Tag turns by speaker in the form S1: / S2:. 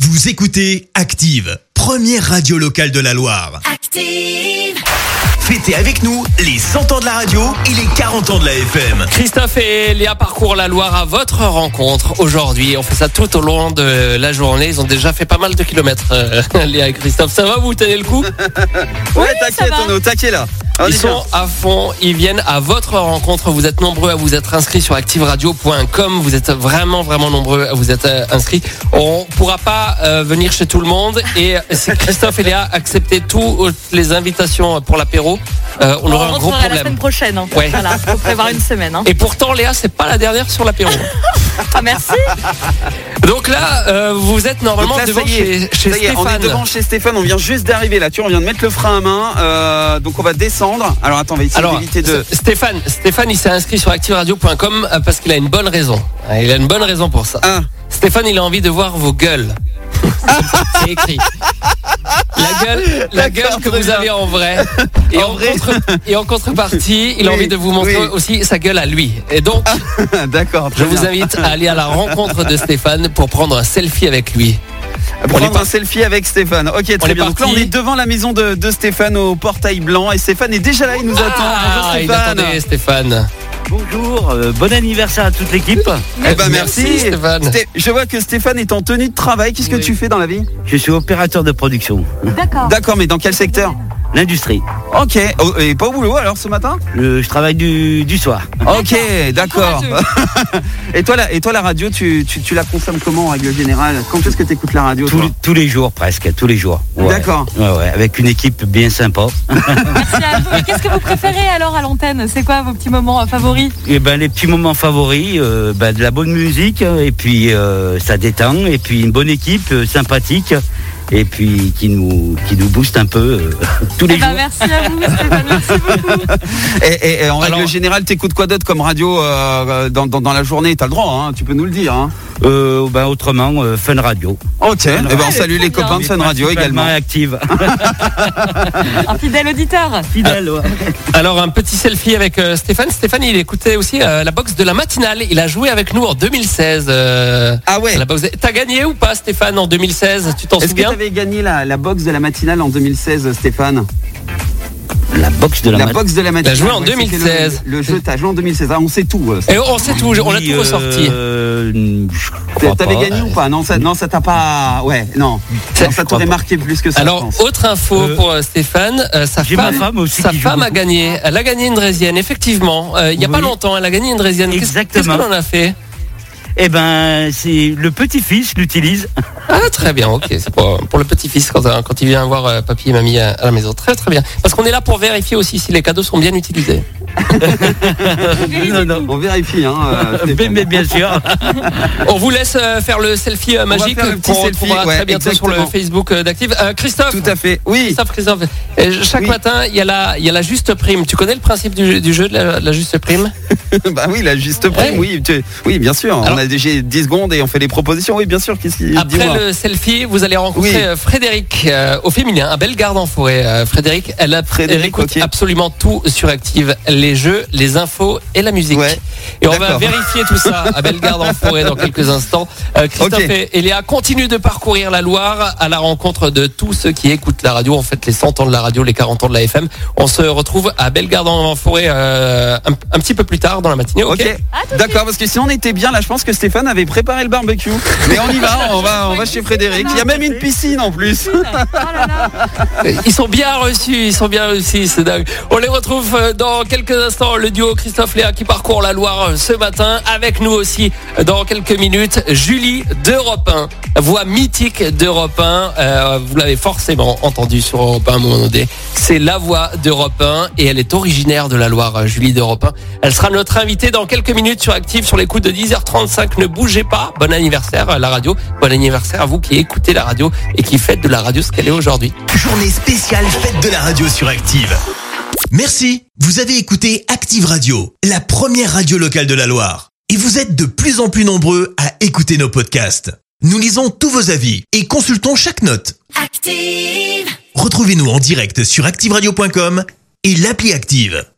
S1: Vous écoutez Active, première radio locale de la Loire.
S2: Active.
S1: Fêtez avec nous les 100 ans de la radio et les 40 ans de la FM.
S3: Christophe et Léa parcourent la Loire à votre rencontre aujourd'hui. On fait ça tout au long de la journée. Ils ont déjà fait pas mal de kilomètres, euh, Léa et Christophe. Ça va, vous tenez le coup
S4: Ouais, t'inquiète, on est au taquet là.
S3: Ils sont à fond, ils viennent à votre rencontre. Vous êtes nombreux à vous être inscrits sur activeradio.com. Vous êtes vraiment, vraiment nombreux à vous être euh, inscrits. On pourra pas euh, venir chez tout le monde. Et c'est Christophe et Léa acceptez toutes les invitations pour l'apéro. Euh, on aura un gros
S2: rentrera la semaine
S3: problème.
S2: prochaine. hein.
S3: Ouais.
S2: Voilà, faut prévoir une semaine. hein.
S3: Et pourtant, Léa, c'est pas la dernière sur l'apéro.
S2: Ah, merci.
S3: Donc là, euh, vous êtes normalement
S4: Donc là,
S3: devant
S4: ça y est,
S3: chez, chez
S4: ça y est,
S3: Stéphane.
S4: on est devant chez Stéphane, on vient juste d'arriver là, tu vois, on vient de mettre le frein à main, euh, donc on va descendre. Alors attends, on va essayer
S3: Alors,
S4: d'éviter de...
S3: S- Stéphane, Stéphane, il s'est inscrit sur activeradio.com euh, parce qu'il a une bonne raison. Euh, Il a une bonne raison pour ça.
S4: Ah,
S3: Stéphane, il a envie de voir vos gueules. C'est écrit. La gueule, la
S4: D'accord,
S3: gueule que
S4: très
S3: vous
S4: bien.
S3: avez en vrai. Et, en,
S4: vrai.
S3: contre- et en contrepartie, il a
S4: Oui,
S3: envie de vous montrer
S4: oui.
S3: aussi sa gueule à lui. Et donc,
S4: Ah, d'accord,
S3: je
S4: très
S3: vous
S4: bien.
S3: invite à aller à la rencontre de Stéphane pour prendre un selfie avec lui.
S4: Prendre
S3: est par-
S4: un selfie avec Stéphane. Ok, très
S3: est
S4: bien. Donc là, on
S3: parti.
S4: est devant la maison de, de Stéphane au portail blanc et Stéphane est déjà là, il nous attend. Bonjour
S3: Ah, il
S4: Stéphane.
S3: attendait Stéphane.
S5: Bonjour, euh, bon anniversaire à toute l'équipe.
S4: Eh ben, merci.
S3: Stéphane.
S4: Sté- Je vois que Stéphane est en tenue de travail. Qu'est-ce que
S3: Oui.
S4: tu fais dans la vie
S5: Je suis opérateur de production,
S2: D'accord.
S4: D'accord, mais dans quel secteur
S5: l'industrie.
S4: Ok. Oh, et pas au boulot alors ce matin
S5: Euh, je travaille du, du soir.
S4: Ok, d'accord. et, toi, la, et toi, la radio, tu, tu, tu la consommes comment en règle générale Quand est-ce que tu écoutes la radio
S5: Tous,
S4: toi
S5: les- tous les jours presque, tous les jours. Ouais.
S4: D'accord.
S5: Ouais, ouais, avec une équipe bien sympa.
S2: Merci à vous. Et qu'est-ce que vous préférez alors à l'antenne C'est quoi vos petits moments euh, favoris
S5: Et ben les petits moments favoris, euh, ben, de la bonne musique, et puis euh, ça détend, et puis une bonne équipe euh, sympathique, et puis qui nous, qui nous booste un peu euh, tous
S2: Eh
S5: les
S2: ben,
S5: jours.
S2: Merci à vous, Stéphane. Merci beaucoup.
S4: Et, et- et en règle
S3: Alors-
S4: générale, t'écoutes quoi d'autre comme radio euh, dans, dans- dans la journée T'as le droit, hein, tu peux nous le dire. hein.
S5: Euh, ben, autrement, euh, Fun Radio.
S4: Ok, eh ben, on
S2: Ouais,
S4: salue
S2: très
S4: les
S2: bien.
S4: copains de Fun Radio également.
S5: active.
S2: Un fidèle auditeur.
S5: Fidèle, ouais.
S3: Alors un petit selfie avec euh, Stéphane. Stéphane, il écoutait aussi euh, la boxe de la matinale. Il a joué avec nous en 2016. euh,
S4: Ah ouais
S3: à la boxe de- T'as gagné ou pas, Stéphane, en 2016 Tu t'en
S4: Est-ce que
S3: souviens
S4: t'avais gagné la, la box de la matinale en 2016, Stéphane
S5: La box de la,
S4: La
S5: mat-
S4: box de la matinale.
S3: T'as joué en
S4: ouais, c'était
S3: 2016.
S4: Le, le jeu, t'as joué en 2016. Ah, on sait tout. euh,
S3: Et on sait tout, on a
S5: Oui,
S3: tout ressorti.
S5: euh, je crois
S4: T'avais
S5: pas.
S4: gagné ou pas Non, ça, non, ça t'a pas. Ouais, non.
S3: Ça,
S4: Non,
S3: je crois
S4: ça t'aurait
S3: pas.
S4: marqué plus que ça. je
S3: Alors,
S4: pense.
S3: autre info
S5: Euh,
S3: pour euh, Stéphane, euh, sa
S5: j'ai
S3: femme,
S5: ma femme aussi
S3: sa
S5: qui joue
S3: femme a
S5: beaucoup.
S3: gagné. Elle a gagné une draisienne, effectivement. Euh, Il y a pas
S5: Oui.
S3: longtemps, elle a gagné une draisienne. Qu'est-ce-
S5: Exactement.
S3: Qu'est-ce qu'on en a fait
S5: Eh ben, c'est le petit-fils l'utilise.
S3: Ah très bien, ok. C'est pour, pour le petit-fils quand, euh, quand il vient voir euh, papy et mamie à, à la maison. Très très bien. Parce qu'on est là pour vérifier aussi si les cadeaux sont bien utilisés.
S5: non, non.
S4: On vérifie, hein. euh,
S5: Mais,
S4: Stéphane.
S5: mais bien sûr.
S3: On vous laisse euh, faire le selfie euh,
S4: va
S3: magique
S4: faire le petit
S3: qu'on
S4: selfie,
S3: retrouvera
S4: ouais,
S3: très bientôt sur le
S4: exactement.
S3: Facebook euh, d'Active. Euh, Christophe,
S4: Tout à fait. Oui.
S3: Christophe, Christophe, euh, chaque
S4: Oui.
S3: matin il y a la il y a la juste prime. Tu connais le principe du, du jeu de la, la juste prime
S4: bah oui, la juste prime,
S3: Ouais.
S4: oui. tu- Oui, bien sûr.
S3: Alors-
S4: on a déjà 10 secondes et on fait les propositions. Oui, bien sûr. Qu'est-ce qu'il
S3: Après
S4: dis-moi.
S3: le selfie, vous allez rencontrer
S4: Oui.
S3: euh, Frédéric euh, au féminin, un bel garde en forêt. euh, Frédéric, elle, a,
S4: Frédéric,
S3: elle écoute
S4: ok.
S3: absolument tout sur Active, les jeux, les infos et la musique.
S4: Ouais.
S3: Et on va
S4: D'accord.
S3: vérifier tout ça à Bellegarde en forêt dans quelques instants. Euh, Christophe
S4: Ok.
S3: et- et Léa continuent de parcourir la Loire à la rencontre de tous ceux qui écoutent la radio. En fait, les 100 ans de la radio, les 40 ans de la FM. On se retrouve à Bellegarde en forêt euh, un, un petit peu plus tard dans la matinée. Ok.
S4: Ok.
S2: À Ah, tout de
S4: D'accord, parce que si on était bien là, je pense que Stéphane avait préparé le barbecue. Mais on y va, on va, on va chez Frédéric. Il y a même une piscine en plus.
S2: suite. Oh là là.
S3: Ils sont bien reçus, ils sont bien reçus, c'est dingue. On les retrouve euh, dans quelques instants, le duo Christophe Léa qui parcourt la Loire euh, ce matin, avec nous aussi euh, dans quelques minutes, Julie d'Europe 1, voix mythique d'Europe 1, Euh, vous l'avez forcément entendu sur Europe 1 à un moment donné, c'est la voix d'Europe 1 et elle est originaire de la Loire, euh, Julie d'Europe 1. Elle sera notre invitée dans quelques minutes sur Active sur les coups de 10h35, ne bougez pas, bon anniversaire euh, la radio, bon anniversaire à vous qui écoutez la radio et qui faites de la radio ce qu'elle est aujourd'hui.
S1: Journée spéciale fête de la radio sur Active. Merci, vous avez écouté Active Radio, la première radio locale de la Loire. Et vous êtes de plus en plus nombreux à écouter nos podcasts. Nous lisons tous vos avis et consultons chaque note.
S2: Active.
S1: Retrouvez-nous en direct sur activeradio.com et l'appli Active.